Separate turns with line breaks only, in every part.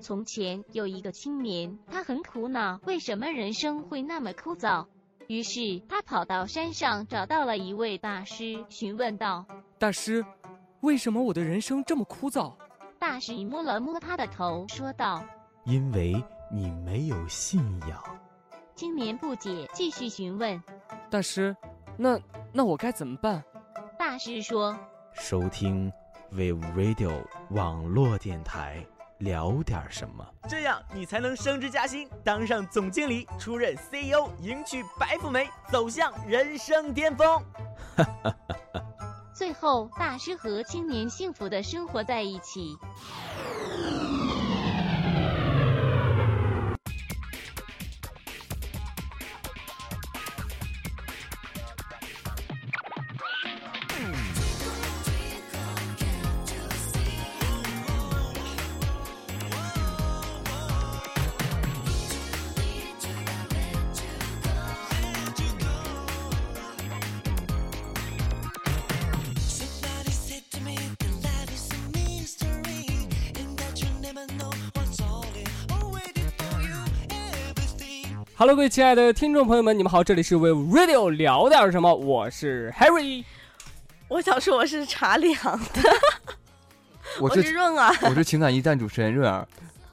从前有一个青年，他很苦恼，为什么人生会那么枯燥？于是他跑到山上，找到了一位大师，询问道。
大师，为什么我的人生这么枯燥？
大师摸了摸他的头，说道
因为你没有信仰。：“
青年不解，继续询问。
大师，那那我该怎么办？”
大师说
收听 Wave Radio 网络电台，聊点什么。
这样你才能升职加薪，当上总经理，出任 E CEO，迎娶白富美，走向人生巅峰。：“
最后，大师和青年幸福的生活在一起。”
Somebody said to me that life is a mystery and that you never know what's holding or waiting for you. Everything
Hello，各位亲爱的听众朋友们，你们好，这里是 We Radio 聊点什么，我是 Harry，
我想说我是茶凉的，
我
我
是
是润啊儿。
我是情感驿站主持人润儿，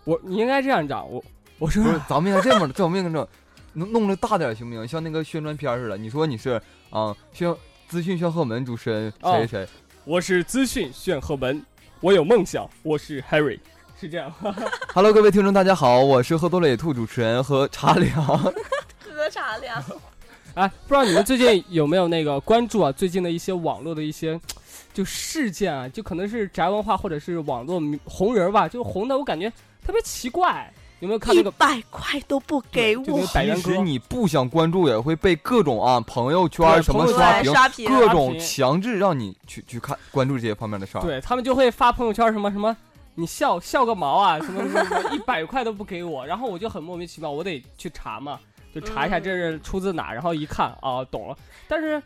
我你应该这样讲，我我说
不是，咱们应该这么这么弄着，弄弄的大点行不行？像那个宣传片儿似的，你说你是啊宣资讯宣赫门主持人
哦
谁谁谁，
我是资讯炫赫文，我有梦想，我是 Harry，是这样 吗？
Hello，各位听众，大家好，我是喝多了野兔主持人和茶
哦
凉。
喝茶凉，
哎，不知道你们最近有没有那个关注啊？最近的一些网络的一些就事件啊，就可能是宅文化或者是网络名红人吧，就红的我感觉特别奇怪。有没有看那
一
个
百块都不给
就那
我
个，百元
其
哥
实？你不想关注，也会被各种啊朋友
对
圈什么
朋友
刷
圈
屏
对，，刷屏，
各种强制让你去去看关注这些方面的事儿。
对他们就会发朋友圈什么什么，你笑笑个毛啊，什么什么什么，一百块都不给我， 然后我就很莫名其妙，我得去查嘛，就查一下
嗯
这是出自哪，然后一看啊，懂了，但是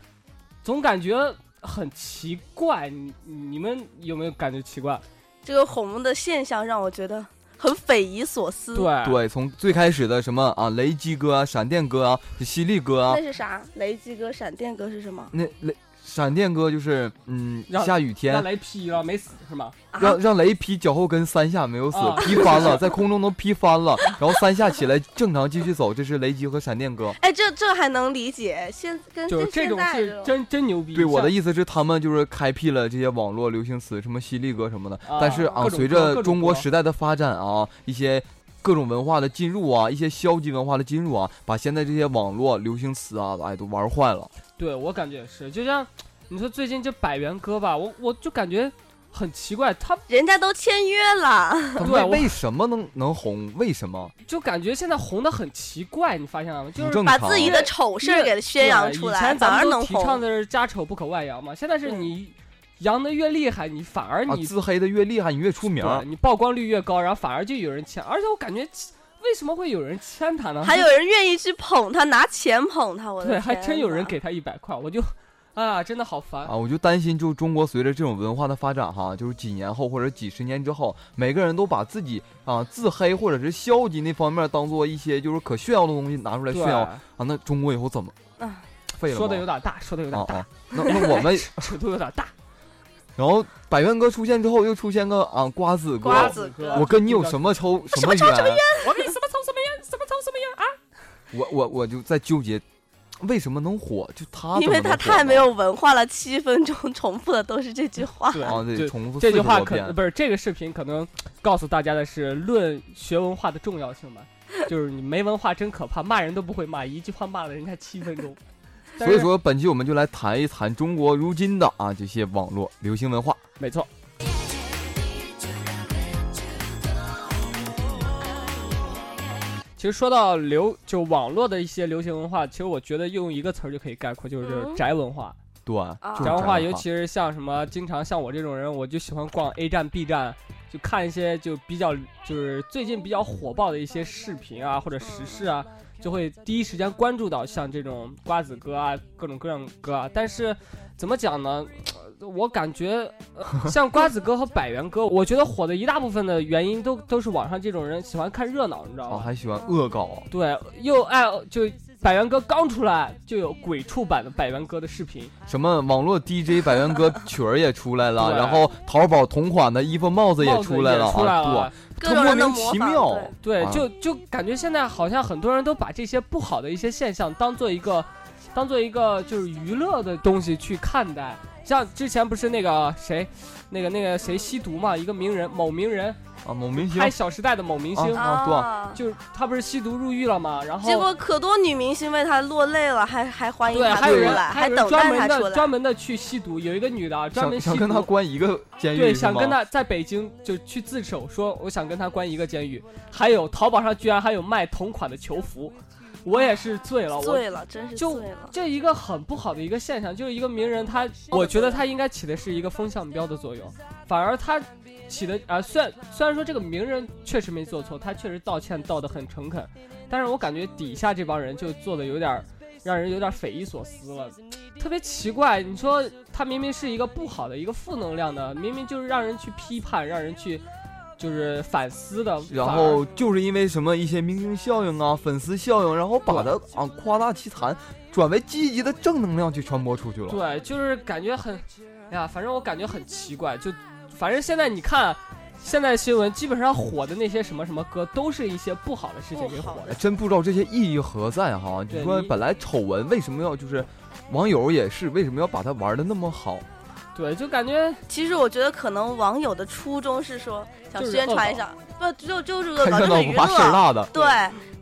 总感觉很奇怪，你你们有没有感觉奇怪？
这个红的现象让我觉得很匪夷所思。，
对啊
对，从最开始的什么啊雷击哥啊、闪电哥啊、犀利哥啊
那，是啥？雷击哥、闪电哥是什么？
那雷闪电哥就是嗯
让
下雨天
让雷劈了没死是吗？
啊，
让让雷劈脚后跟三下没有死
啊，
劈翻了，在空中都劈翻了，然后三下起来正常继续走，这是雷击和闪电哥。
哎，这这还能理解，现跟
就是
跟
这
现
种
在
是
这种
真真牛逼。
对，我的
像
意思是他们就是开辟了这些网络流行词，什么犀利哥什么的
啊，
但是
各
啊，
种
随
歌各
着
种
中国
歌
时代的发展啊，一些。各种文化的进入啊，一些消极文化的进入啊，把现在这些网络流行词啊，哎，都玩坏了。
对我感觉也是，就像你说最近这百元哥吧，我我就感觉很奇怪，他
人家都签约了，
他
对
为
我
为什么能能红？为什么？
就感觉现在红的很奇怪，你发现了吗？就
不
是
正
把
常。
自己的丑事儿给宣扬出
啊对啊以
来，
前咱
反
们
而
都
能
提倡
红。
的是家丑不可外扬嘛，现在是
对
你扬的越厉害，你反而
啊，
你、
自黑的越厉害，你越出名儿。
对你曝光率越高，然后反而就有人签。而且我感觉为什么会有人签他呢？
还有人愿意去捧他，拿钱捧他，我的
啊对，还
天
真有人
哪
给他一百块，我就啊，真的好烦。
啊，我就担心，就中国随着这种文化的发展，哈，就是几年后或者几十年之后，每个人都把自己啊自黑或者是消极那方面当做一些就是可炫耀的东西拿出来炫
对，
耀啊，那中国以后怎么
啊
废了吗？
说的有点大，说的有点
啊
大，
啊，那那我们，
尺度有点大。
然后百元哥出现之后，又出现个啊瓜子哥，
瓜子哥
我跟你有什么仇什么冤？
我们什么仇什么冤，什么仇什么冤啊？
我我我就在纠结，为什么能火？就他
因为
怎
他
么能火
太
呢
没有文化了，七分钟重复的都是这句话。
对
啊，
对
得重复
这句
40
话
多
可
遍
不是这个视频可能告诉大家的是论学文化的重要性吧， 就是你没文化真可怕，骂人都不会骂，一句话骂了人家七分 钟。但
所以
是，
说，本期我们就来谈一谈中国如今的啊这些网络流行文化。
没错，其实说到流就网络的一些流行文化，其实我觉得用一个词儿就可以概括，就是
嗯
宅文化。
对，就是
宅文
文
化，尤其是像什么，经常像我这种人，我就喜欢逛 A 站、B 站，就看一些就比较就是最近比较火爆的一些视频啊或者时事啊，就会第一时间关注到像这种瓜子哥啊各种各样的歌啊。但是怎么讲呢？呃我感觉、呃 像瓜子哥和百元哥，我觉得火的一大部分的原因都都是网上这种人喜欢看热闹，你知道
啊，
吗？
还喜欢恶搞，
对，又爱就百元哥刚出来就有鬼畜版的百元哥的视频，
什么网络 DJ 百元歌曲儿也出来了，
对
然后淘宝同款的衣服帽子
帽
也
子
出来了
出来了
啊，
各种人的
莫名
模
其
仿，
妙
对，
对
啊
就就感觉现在好像很多人都把这些不好的一些现象当做一个，当做一个就是娱乐的东西去看待。像之前不是那个谁，那个那个谁吸毒嘛，一个名人某名人
多啊，某明星
拍《小时代》的某明星，
啊对啊
啊，
就是他不是吸毒入狱了嘛，然后
结果可多女明星为他落泪了，还还欢迎
对，
他
还
出
有人
来，
还有人
等
专
待他
门
出
的专
来。
门的去吸毒，有一个女的啊专门
想
吸毒
想跟他关一个监狱，
对，
是
想跟
吗
他在北京就去自首，说我想跟他关一个监狱。还有淘宝上居然还有卖同款的囚服，我也是醉了，我
醉了，真是
就
醉了。
这一个很不好的一个现象，就是一个名人他，我觉得他应该起的是一个风向标的作用，反而他起的啊、虽然虽然说这个名人确实没做错，他确实道歉道得很诚恳，但是我感觉底下这帮人就做的有点儿让人有点儿匪夷所思了，特别奇怪。你说他明明是一个不好的一个负能量的，明明就是让人去批判，让人去就是反思的，
然
反而
后就是因为什么一些明星效应啊、粉丝效应，然后把它啊夸大其谈，转为积极的正能量去传播出去了。
对，就是感觉很，哎呀，反正我感觉很奇怪，就反正现在你看，现在新闻基本上火的那些什么什么歌，都是一些不好的事情给火的。
哎真不知道这些意义何在哈！
对
你说
你
本来丑闻为什么要就是，网友也是为什么要把它玩的那么好？
对，就感觉
其实我觉得可能网友的初衷是说想
就是
宣
恶搞
传一下，不就就是恶搞，
看热
就
闹
是
不
娱
怕事儿
乐。
大的，
对，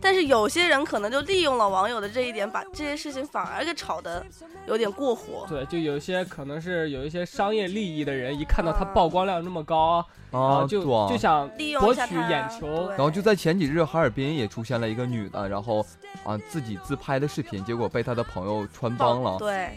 但是有些人可能就利用了网友的这一点，把这些事情反而给炒得有点过火。
对，就有一些可能是有一些商业利益的人，一看到他曝光量那么高，然
啊，
后就
对啊
就想
利用
博
一下
取
他
眼球
对
然后就在前几日，哈尔滨也出现了一个女的，然后啊自己自拍的视频，结果被她的朋友穿帮了，
对，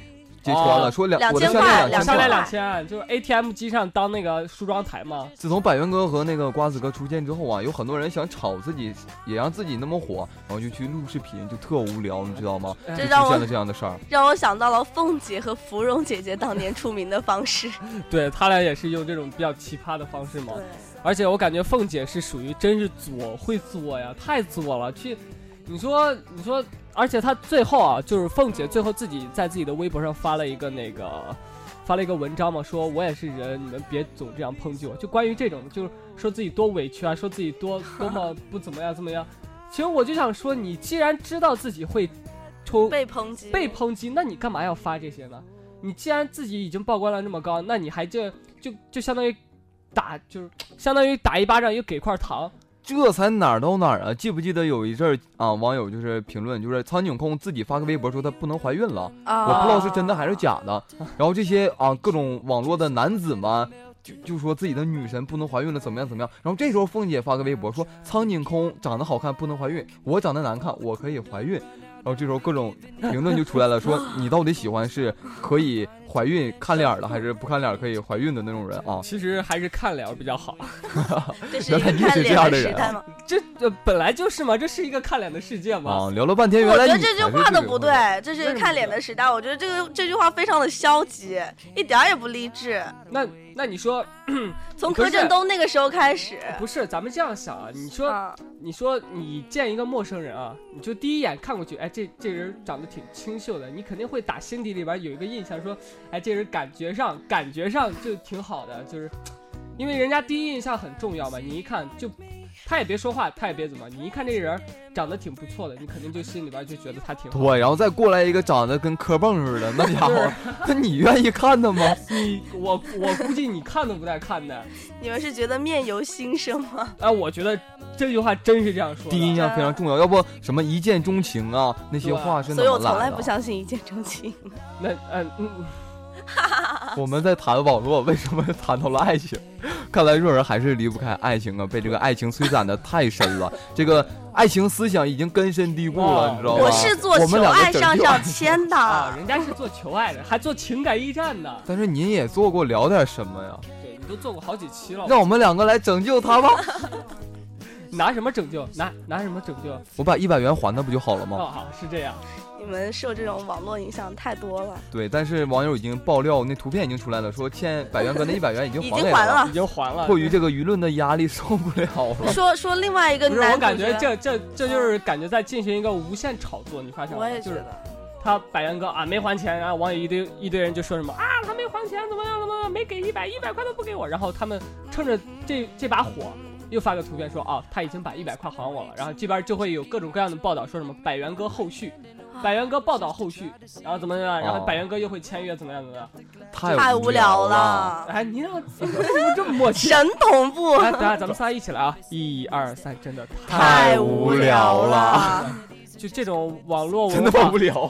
揭穿
哦
了，说两我的
2000
项
块
链
我
两
下
2000
千
来
块
两千，就是 ATM 机上当那个梳妆台嘛。
自从百元哥和那个瓜子哥出现之后啊，有很多人想炒自己，也让自己那么火，然后就去录视频，就特无聊，你知道吗？
哎
这
就出
让我
现了这样的事儿。
让我想到了凤姐和芙蓉姐姐当年出名的方式。
对他俩也是用这种比较奇葩的方式嘛。
对。
而且我感觉凤姐是属于真是作，会作呀，太作了。去，你说你说，而且她最后啊，就是凤姐最后自己在自己的微博上发了一个那个，发了一个文章嘛，说我也是人，你们别总这样抨击我。就关于这种，就是说自己多委屈啊，说自己多多么不怎么样怎么样。其实我就想说，你既然知道自己会抽
被抨击，
被抨击，那你干嘛要发这些呢？你既然自己已经曝光量这么高，那你还就就就相当于打，就是相当于打一巴掌又给块糖，
这才哪儿到哪儿啊！记不记得有一阵儿啊，网友就是评论，就是苍井空自己发个微博说她不能怀孕了，
啊，
我不知道是真的还是假的。然后这些啊各种网络的男子们。就就说自己的女神不能怀孕了，怎么样怎么样？然后这时候凤姐发个微博说：“苍井空长得好看不能怀孕，我长得难看我可以怀孕。”然后这时候各种评论就出来了，说
啊
你到底喜欢是可以怀孕看脸儿的，还是不看脸儿可以怀孕的那种人啊？
其实还是看脸比较好。
这是一个
原来你也
看
是这
脸
样的
的时
人
代吗？
这、呃、本来就是嘛，这是一个看脸的世界嘛。
啊，聊了半天，原
我觉
来
得
你
这句
才是
话
这
都
个
不
样子
对，啊这是一个看脸的时代。我觉得这个这句话非常的消极，一点儿也不励志。
那那你说
从
不
柯
是
震东那个时候开始，
不是？咱们这样想啊，你说、
啊，
你说你见一个陌生人啊，你就第一眼看过去，哎，这这人长得挺清秀的，你肯定会打心底里边有一个印象，说，哎，这人感觉上感觉上就挺好的，就是因为人家第一印象很重要嘛，你一看就。他也别说话，他也别怎么，你一看这人长得挺不错的，你肯定就心里边就觉得他挺好。
对，然后再过来一个长得跟磕蹦似的，那家伙， 那你愿意看他 吗？
你我我估计你看都不带看的，
你们是觉得面由心生吗？
哎，我觉得这句话真是这样说的。
第一印象非常重要，要不什么一见钟情啊，那些话是
所
怎
以我
么
从来
来
不
的？啊
相信一见钟情。
那嗯嗯，
啊我们在谈网络，为什么 谈到了爱情？看来润儿还是离不开爱情啊，被这个爱情摧残的太深了，这个爱情思想已经根深蒂固了，
哇
你知道吗？
我是做
哦我
求
们两
爱
个拯
上
救
上签
啊，
的，
人家是做求爱的，还做情感驿站呢。
但是您也做过聊点什么呀？
对，们都做过好几期
哦
了，
让我们两个来拯救他吧。
拿什么拯救？拿拿什么拯救？
我把一百元还他不就好了吗？
哦，好，是这样。
你们受这种网络影响太多了，
对，但是网友已经爆料，那图片已经出来了，说欠百元跟那一百元已经
已
还给
经还
了。
了
已。经还了。
迫于这个舆论的压力，受不了 了。
说说另外一个
不是，
男
我
主
感觉这
角
这这就是感觉在进行一个无限炒作，你发现
我
了
也
吗？
觉
就是
得，
他百元哥啊没还钱，然后网友一堆一堆人就说什么啊他没还钱怎么样怎么样没给一百一百块都不给我，然后他们趁着这这把火。又发个图片说啊，他已经把一百块还我了，然后这边就会有各种各样的报道，说什么百元哥后续，
啊
百元哥报道后续，然后怎么怎么样，然后
哦
百元哥又会签约，怎么样怎么样。
太
太
无
无聊
了。
了，
哎，你俩怎么怎么这么默契？
神同步，
来，等下咱们仨一起来啊！ 一二三，真的太
太无聊了
了。
就这种网络
真
文
的
化
无，聊，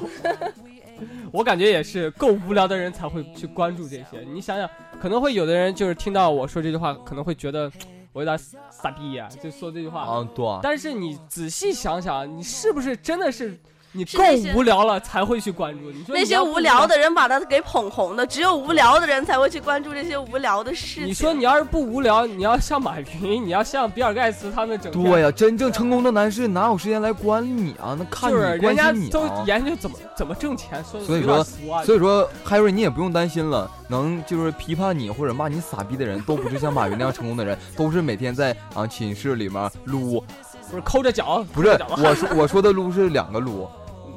我感觉也是够无聊的人才会去关注这些。你想想，可能会有的人就是听到我说这句话，可能会觉得我有点傻逼呀、就说这句话。
啊，对啊，
但是你仔细想想，你是不是真的是你
是
够
那些
无聊了才会去关注？你说
那
你
些
要不
无聊，的人把他给捧红的，只有无聊的人才会去关注这些无聊的事情。
你说你要是不无聊，你要像马云，你要像比尔盖茨他们整天
对呀、真正成功的男士哪有时间来管你啊？那看
就是
你
人
关
家
心你
都
啊。
研究怎么怎么挣钱，所
所以
有点
说
俗啊
所以说，Harry，你也不用担心了，能就是批判你或者骂你傻逼的人，都不是像马云那样成功的人，都是每天在啊寝室里面撸，
不是啊抠着脚，
不是
抠着脚吧
我说我说的撸是两个撸，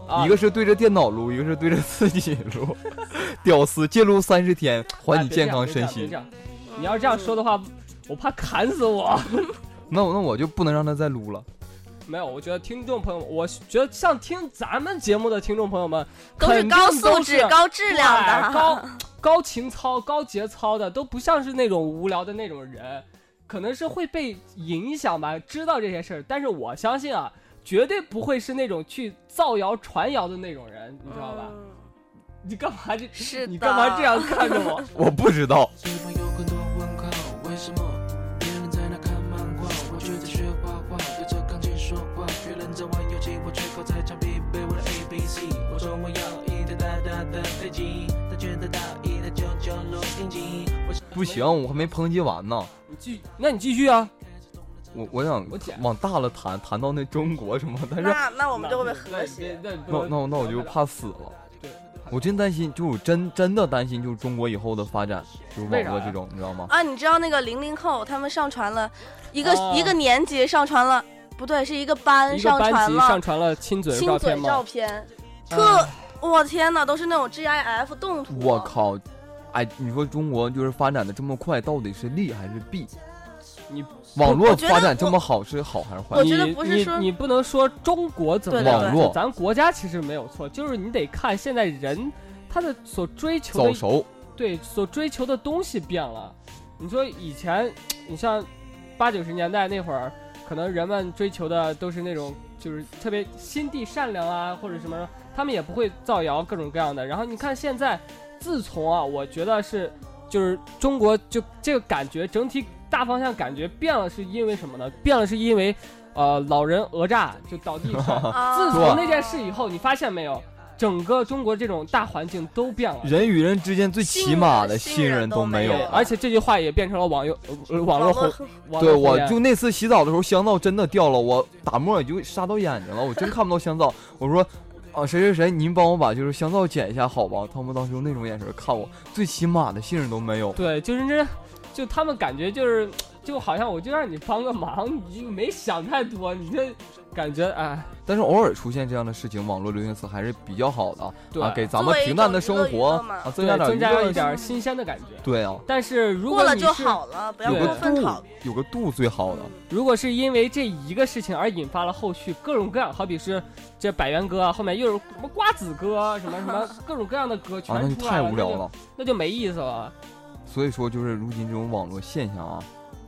啊
一个是对着电脑撸，一个是对着自己撸， 屌丝戒撸三十天，还你
哎别这
健
样
康
别
身
这样别
心
这。样你要这样说的话，我怕砍死 我。
那我那我就不能让他再撸了。
没有，我觉得听众朋友，我觉得像听咱们节目的听众朋友们，
都是
肯定
高
都
素
是
质、高质
对
量的，
高 高情操、高节操的，都不像是那种无聊的那种人，可能是会被影响吧，知道这些事儿。但是我相信啊，绝对不会是那种去造谣传谣的那种人，你知道吧？
嗯
你干嘛这？
是的。
你干嘛这？样看着我？
我不知道，
为什么有更多问号？为什么别人在那看漫画，我却在学画画，对着钢琴说话，别人在玩游戏，我却靠在墙壁背我的 A B C。我说我要一台大大的飞机，他却得到一台九九录音机。我想
不行，我还没抨击完呢。
你继，那你继续啊。
我我想
我剪
往大了谈，谈到那中国什么，但是
那那我们就会被和谐。
那
那我那我那我就怕死了。
对
我真担心，就是真真的担心，就是中国以后的发展，就是网络这种，你知道吗？
啊，你知道那个零零后他们上传了一个、
哦
一个年级上传了，不对，是一个班
一个班
传
级
了
上传了亲嘴
亲
照
嘴
片
照
吗？
片，
哎
特我天哪，都是那种 GIF 动图。
我！靠！哎，你说中国就是发展的这么快，到底是利还是弊？
你
网
我
络
觉得
发展这
我
么好是好还是坏
我？觉得不是
你
说
你你不能说中国怎么
对对
样，
网络
咱国家其实没有错，就是你得看现在人他的所追求
早
的
熟，
对所追求的东西变了。你说以前，你像八九十年代那会儿，可能人们追求的都是那种就是特别心地善良啊，或者什么，他们也不会造谣各种各样的。然后你看现在，自从啊，我觉得是就是中国就这个感觉整体大方向感觉变了，是因为什么呢？变了是因为呃老人讹诈就倒地上。
啊、
自从那件事以后，你发现没有，整个中国这种大环境都变了。
人与人之间最
信
起码
任
的
信
信
任
任
都
都
没
没有
有
了
了。
而且这句话也变成了网友呃网络红，网
对，
络
我
红颜
就那次洗澡的时候香皂真的掉了，我打沫也就杀到眼睛了，我真看不到香皂。我说，啊，谁谁谁，您帮我把就是香皂捡一下好吧？他们当时用那种眼神看我，最起码的信任都没有。
对，就是这，就他们感觉就是，就好像我就让你帮个忙，你就没想太多，你这感觉哎，
但是偶尔出现这样的事情，网络流行词还是比较好的，
对
啊，给咱
作
们
为一
平淡的
种娱乐
生活
娱乐嘛
啊
对
增加点
增
娱
加
乐
一点新鲜的感觉。
对啊，
但是如
过
果
了
你，
就是好了，不要
有
对
过
个
分
度
讨，
有个度最好的。
如果是因为这一个事情而引发了后续各种各样，好比是这百元歌，啊后面又有什么瓜子歌，啊什么什 么各种各样的歌全
啊，那就
出来
太无聊
那就
了。啊
那就没意思了。
所以说，就是如今这种网络现象啊，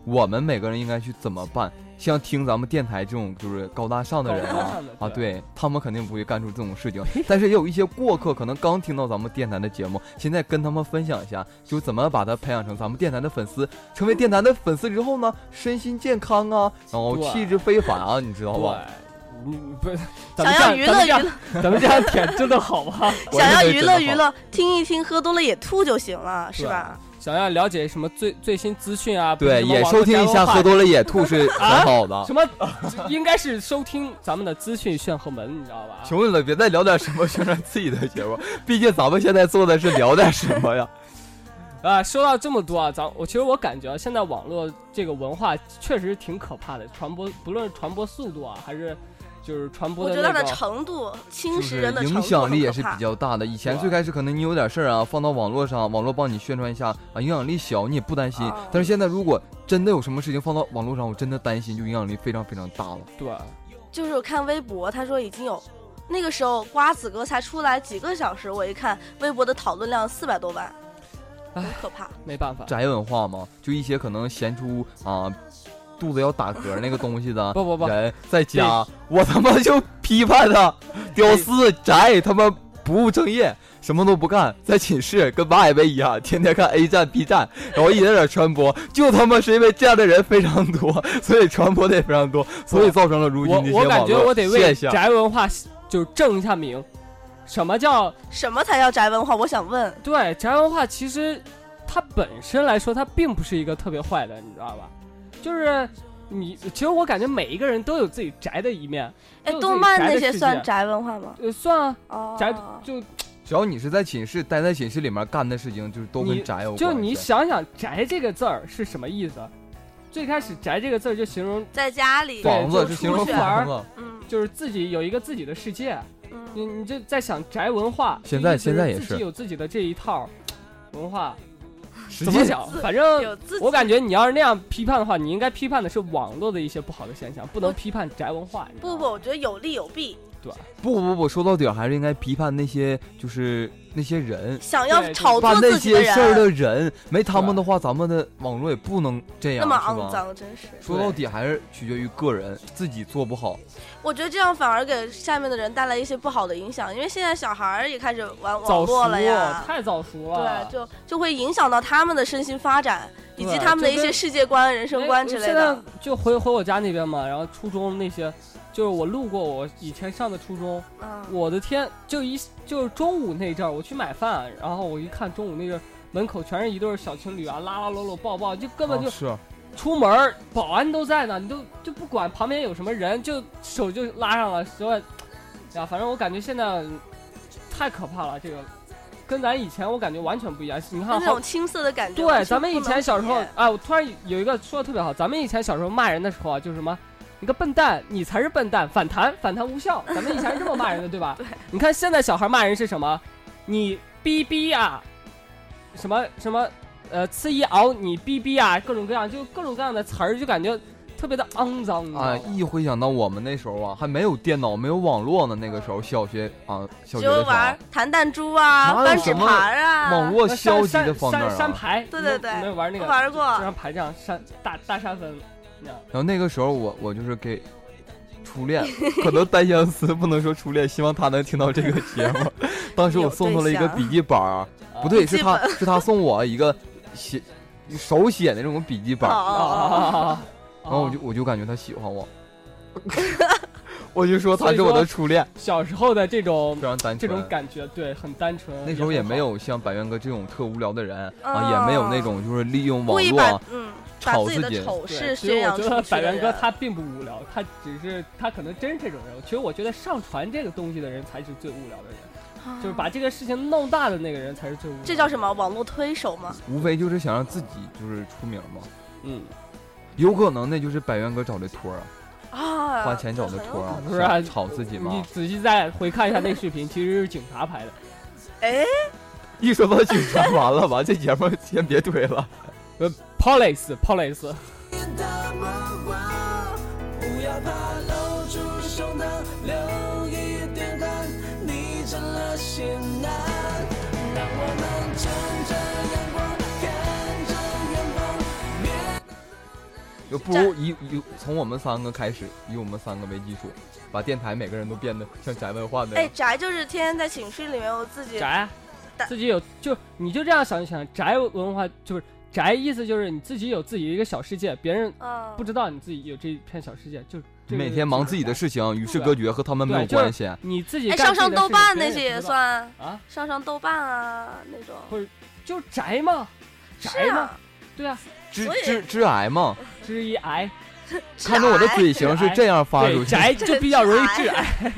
我们每个人应该去怎么办？像听咱们电台这种就是高大上的人
高大
啊
上的
啊，
对
对他们肯定不会干出这种事情。 但是也有一些过客，可能刚听到咱们电台的节目，现在跟他们分享一下，就怎么把他培养成咱们电台的粉丝，成为电台的粉丝之后呢，身心健康啊，然后
对
气质非凡啊，你知道吧？
对，你不， 咱
想
们
要
这
娱
样
乐娱
咱们这样
乐，
咱们这样舔真的好吗？
我
想
认
要
为
娱
真
乐
的
娱
好
乐，听一听，喝多了也吐就行了，是
对
吧？
想要了解什么最最新资讯啊，
对，
不是
也
什么
收听一
网络宅
下，
文化
喝多了也吐是很好的。
什么，应该是收听咱们的资讯炫后门，你知道 吧？
求你了，别再聊点什么宣传自己的节目， 毕竟咱们现在做的是聊点什 么呀？
啊，说到这么多啊，咱我其实我感觉啊现在网络这个文化确实挺可怕的，传播不论是传播速度啊，还是就是传播
我
的
觉得它
那
的
个
程度，侵
就
蚀
是
人的程度
影响力也
很
是
可怕
比较大的。以前
对
最开始可能你有点事儿啊，放到网络上，网络帮你宣传一下啊，影响力小，你也不担心
啊。
但是现在如果真的有什么事情放到网络上，我真的担心，就影响力非常非常大了。
对
就是我看微博，他说已经有，那个时候瓜子哥才出来几个小时，我一看微博的讨论量四百多万，很
唉
可怕。
没办法，
宅文化嘛，就一些可能闲出啊肚子要打嗝那个东西的
不不不
人在家，我他妈就批判他，屌丝宅，他妈不务正业，什么都不干，在寝室跟马海威一样，天天看 A 站 B 站，然后一点点传播，就他妈是因为这样的人非常多， 所以传播的也非常多，所以造成了如今
我
这些
我感
网
觉
络啊
我得为
现象。
宅文化就是正一下名，什么叫
什么才叫宅文化？我想问，
对宅文化？其实它本身来说，它并不是一个特别坏的，你知道吧？就是你，其实我感觉每一个人都有自己宅的一面，
哎，
就
动漫
宅的
那些
世界
算宅文化吗？
呃，算啊，
哦，
宅就
只要你是在寝室待在寝室里面干的事情，就是都
你
跟宅有关系。
就你想想“宅”这个字儿是什么意思？最开始“宅”这个字儿就形容
在家里，
对
房子
就是啊
形容
出去玩
房
儿
子。
嗯
就是自己有一个自己的世界，你
嗯，
你就在想宅文化，
现在
就意思
现在也
自己
是
有自己的这一套文化，
实
怎么
际
讲？
自
反正
有自己
我感觉你要是那样批判的话，你应该批判的是网络的一些不好的现象，不能批判宅文化。你知道
不
吗
不，，我觉得有利有弊。
不不不，说到底儿还是应该批判那些就是那些人，
想要
对
炒
把
作
那
自己
些事儿
人，
的人，没他们的话，咱们的网络也不能这
那
样，
么
是
肮
吧？
脏，真是。
说到底还是取决于个人，自己做不好。
我觉得这样反而给下面的人带来一些不好的影响，因为现在小孩儿也开始玩网
早熟
络了呀。
啊太早熟了。
对，就就会影响到他们的身心发展，以及
对
他们的
就
一
跟
些世界观、人
哎
生观之类
现在
的。
就回回我家那边嘛，然后初中那些，就是我路过我以前上的初中，
嗯，
我的天，就一就是中午那阵儿，我去买饭，然后我一看中午那阵儿门口全是一对儿小情侣啊，拉拉搂搂抱抱，就根本
啊，
就是出门儿、保安都在呢，你都就不管旁边有什么人，就手就拉上了，所以呀，反正我感觉现在太可怕了，这个跟咱以前我感觉完全不一样。你
就
看
那
好
种。青涩的感觉。
对，咱们以前小时候
不能理解，
啊，我突然有一个说的特别好，咱们以前小时候骂人的时候啊，就是什么，你个笨蛋，你才是笨蛋，反弹，反弹无效，咱们以前是这么骂人的，对吧？
对
你看现在小孩骂人是什么？你逼逼啊，什么什么，呃，次一熬你逼逼啊，各种各样，就各种各样的词儿，就感觉特别的肮脏你知道
啊，
吗
一回想到我们那时候啊，还没有电脑，没有网络呢，那个时候小学啊，小
只
学的
有
时候啊
玩，弹弹珠啊、
哪有
翻
什
纸
么
牌啊，
网络
那
消
山
极
山
的方面
山山
啊。
牌，
对
你们
对对
你们玩那
都
个
玩
就
过。
像牌这样山大大山分那样。
然后那个时候我我就是给 初恋，可能单相思不能说初恋，希望他能听到这个节 目。当时我
有
送
对
他了一个
象哦
笔记本儿，
啊
不对，是
记
他是他送我一个写手写的那种笔记
哦
本，
啊啊啊
哦哦，
啊！啊
然后我就我就感觉他喜欢 我，我就说他是
所
我
以说
的初恋，
小时候的这种
非常单
这
纯
种。感觉，对，很单纯。
那时候也没
很
有像百元哥这种特无聊的人啊，
嗯
也没有那种就是利用
故
网
意
络
把
啊
嗯把
炒
自己
自
的
己。
丑
好。
事
对，其
宣
实
扬
我
出
觉得
去的
百元哥
人
他并不无聊，他只是他可能真是这种人。其实我觉得上传这个东西的人才是最无聊的人，就是把这个事情弄大的那个人才是最无聊。
啊这叫什么？网络推手吗？
无非就是想让自己就是出名嘛。
嗯，
有可能那就是百元哥找的托儿啊，
啊，
花钱找的托儿 啊，
不是啊
想炒自己
你
嘛。
仔细再回看一下那视 频，其实是警察拍的。
哎，
一说到警察，完了 完，这节目先别推了。
呃，police police，
大魔王，不要怕，露出胸膛，留一点汗，你成了型男。让我们乘着阳光，看着远方。
就不如以以从我们三个开始，以我们三个为基础，把电台每个人都变得像宅文化那
哎，
样。
宅就是天天在寝室里面，我自己
宅
但
自己有就你就这样想一想，宅文化就是宅，意思就是你自己有自己一个小世界，别人
嗯
不知道你自己有这片小世界，就
你每天忙自己的事情，与世
对
隔绝，和他们没有
对就是
关系。啊
你自己
哎，
干
上
自己
上
的
豆
事情
瓣
别
那
人
些
不知
也
道
算，
啊，
上上豆瓣啊那种。
就是宅嘛，宅
是
吗？
啊，
对啊，
致
所以
致致癌嘛，
之一癌，
看着我的嘴型是这样发出
对，
去，
宅 就比较容易致癌。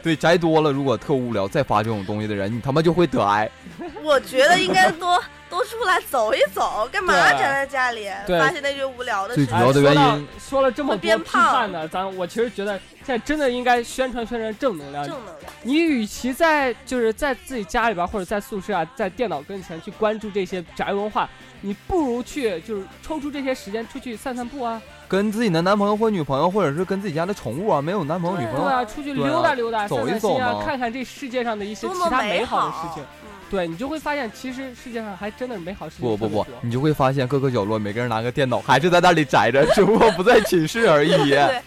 对宅多了，如果特无聊再发这种东西的人，你他妈就会得癌。
我觉得应该多多出来走一走，干嘛
对
宅在家里？
对
发现那些无聊的事
最主要
情。
的
哎说
原
到
因
说了这么
会
多
变
批
胖
判的，咱我其实觉得现在真的应该宣传宣传正能量。
正能量，
你与其在就是在自己家里边儿或者在宿舍啊，在电脑跟前去关注这些宅文化，你不如去就是抽出这些时间出去散散步啊，
跟自己的男朋友或女朋友，或者是跟自己家的宠物啊，没有男朋友
对
女
啊
朋
对
友，
啊，出去
对啊
溜达溜达，
走
散
一
散
走
心啊，
嘛
看看这世界上的一些
多
其
么
他美
好
好的事情。。
嗯
对你就会发现，其实世界上还真的是美好事情
不
特
不
别
不
多。，
你就会发现各个角落每个人拿个电脑，还是在那里宅着，只不过不在寝室 而已。
对，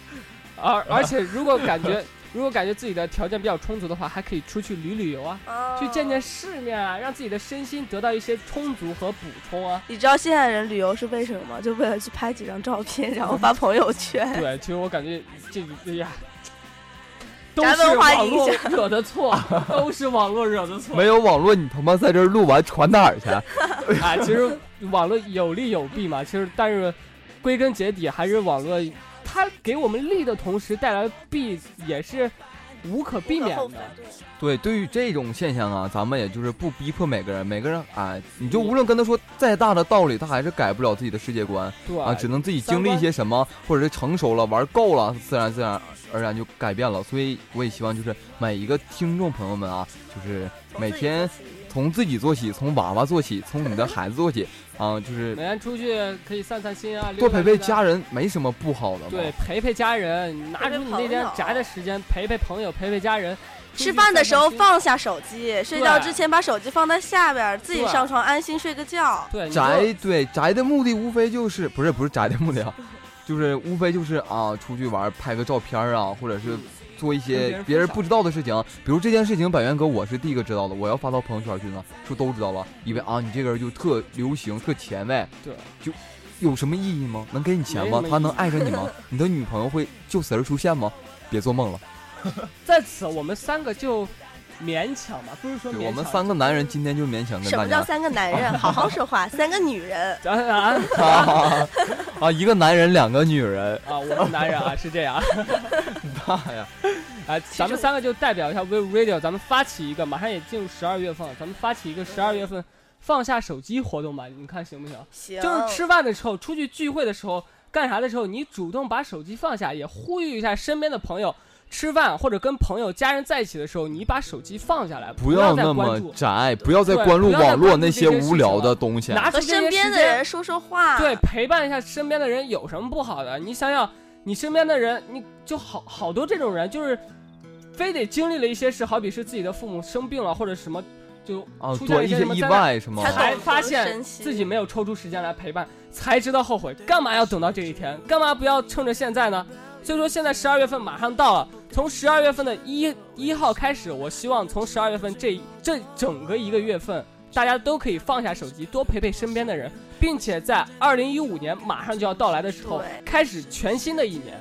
而而 且如果感觉如果感觉自己的条件比较充足的话，还可以出去旅旅游啊，
哦
去见见。世面啊，让自己的身心得到一些充足和补充啊。
你知道现在人旅游是为什么吗？就为了去拍几张照片，然后发朋友圈。
对，其实我感觉这个， 哎呀，都
咱
是
文化
网
影
络
响
惹的 错，都是网络惹的错。
没有网络，你他妈在这儿录完传哪儿去？
啊，其实网络有利有弊嘛，其实但是归根结底还是网络，它给我们利的同时带来弊也是无可避免
无可厚非
的。
对
对，对于这种现象啊，咱们也就是不逼迫每个人，每个人啊，你就无论跟他说再大的道理，他还是改不了自己的世界观
对
啊，只能自己经历一些什么，或者是成熟了，玩够了，自然自然而然就改变了。所以我也希望就是每一个听众朋友们啊，就是
从
每
自己
天
做起
从自己做起，从娃娃做起，从你的孩子做起啊，就是
每天出去可以散散心啊，溜
多
达
陪陪
溜达
家人，没什么不好的嘛。
对，陪陪家人，拿
陪陪
出你那天
朋友
宅的时间陪陪朋友，陪陪家人。出
吃
去
饭的
散
时
散
候
心，
放下手机，睡觉之前把手机放在下边，自己
对
上床安心睡个觉。
对你就
宅对宅的目的无非就是不是不是宅的目的啊，就是无非就是啊出去玩儿拍个照片儿啊，或者是做一些
跟别人分享
别人不知道的事情，比如这件事情百元哥我是第一个知道的，我要发到朋友圈去呢，说都知道了，以为啊你这个人就特流行特前卫，
对，
就有什么意义吗？能给你钱吗
没什么？
他
意义
能爱上你吗？你的女朋友会就此而出现吗？别做梦了，
在此我们三个就勉强吧，不是说
对
勉强，呃
我们三个男人今天就勉强跟
什
大
么叫
家。
三个男 人？好好说话。三个女人，
啊啊
啊， 啊一个男人，两个女人，
啊！我们男人 啊是这样啊
爸呀！
啊，咱们三个就代表一下 We Radio，咱们发起一个，马上也进入十二月份了，咱们发起一个十二月份放下手机活动吧，你看行不行？
行，
就是吃饭的时候、出去聚会的时候、干啥的时候，你主动把手机放下，也呼吁一下身边的朋友。吃饭或者跟朋友、家人在一起的时候，你把手机放下来，
不
要
要
再
那
关
么
注，
宅，不要再
对
关注
不要再
网络
关注
那
这
些
些事
无
情
聊的
了
东西。
拿出
和
这
身
些
边
时
的
间
人说说话。
对，陪伴一下身边的人有什么不好的？你想想，你身边的人，你就好好多这种人，就是非得经历了一些事，好比是自己的父母生病了或者什么，就
啊，
出现了
对一
些
些
什么
意
灾难，
外是吗？
才
才
懂得
发现
珍惜
自己没有抽出时间来陪伴，才知道后悔，干嘛要等到这一天？干嘛不要趁着现在呢？所以说，现在十二月份马上到了，从十二月份的一一号开始，我希望从十二月份这这整个一个月份，大家都可以放下手机，多陪陪身边的人，并且在二零一五年马上就要到来的时候
对，
开始全新的一年，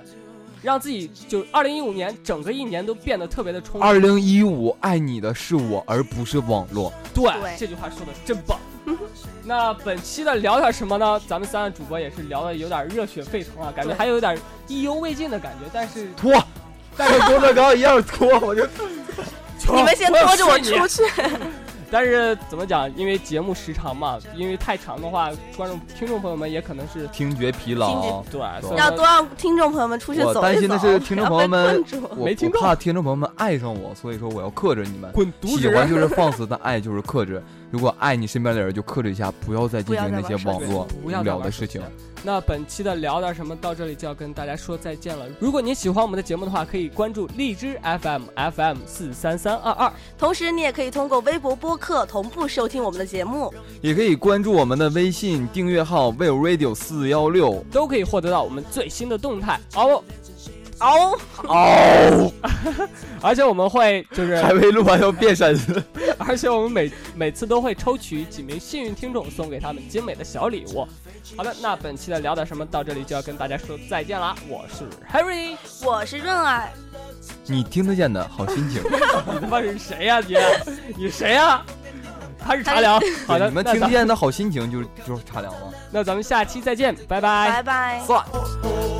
让自己就二零一五年整个一年都变得特别的充
二
实。
零一五，爱你的是我，而不是网络。
对，
对
这句话说的真棒。 那本期的聊点什么呢？咱们三个主播也是聊的有点热血沸腾啊，感觉
对
还有点意犹未尽的感觉，但是
拖，但是郭德纲一样拖，我就
你
哦
们先拖着我出去。
但是怎么讲？因为节目时长嘛，因为太长的话，观众听众朋友们也可能是
听觉疲劳。
对，所以
要
说
多让听众朋友们出去走一
我
走。
担心的是听众朋友们
不要被困住
我
没听
我
够
怕听众朋友们爱上我，所以说我要克制你们。
滚犊
喜
子！
欢就是放肆，但爱就是克制。如果爱你身边的人，就克制一下，不要再进
不要
行
再
那些
玩手
网
机
络无
不要再
聊
玩
的
手
事
机
情
了。那本期的聊点什么到这里就要跟大家说再见了。如果您喜欢我们的节目的话，可以关注荔枝 FM FM 四三三二二。
同时，你也可以通过微博播客同步收听我们的节目。
也可以关注我们的微信订阅号 v i v Radio 四幺六。
都可以获得到我们最新的动态哦，
哦，
而且我们会就是，
还没录完要变闪 身，
而且我们每每次都会抽取几名幸运听众，送给他们精美的小礼物。好的，那本期的聊点什么到这里就要跟大家说再见啦！我是 Harry，
我是润儿，
你听得见的好心情。
你他妈是谁呀、你？你谁呀、还是茶 凉。 好
对
的，
你们
那
听
咱，
见的好心情就是就是茶凉吗？
那咱们下期再见，拜拜。
拜拜。
算。
哦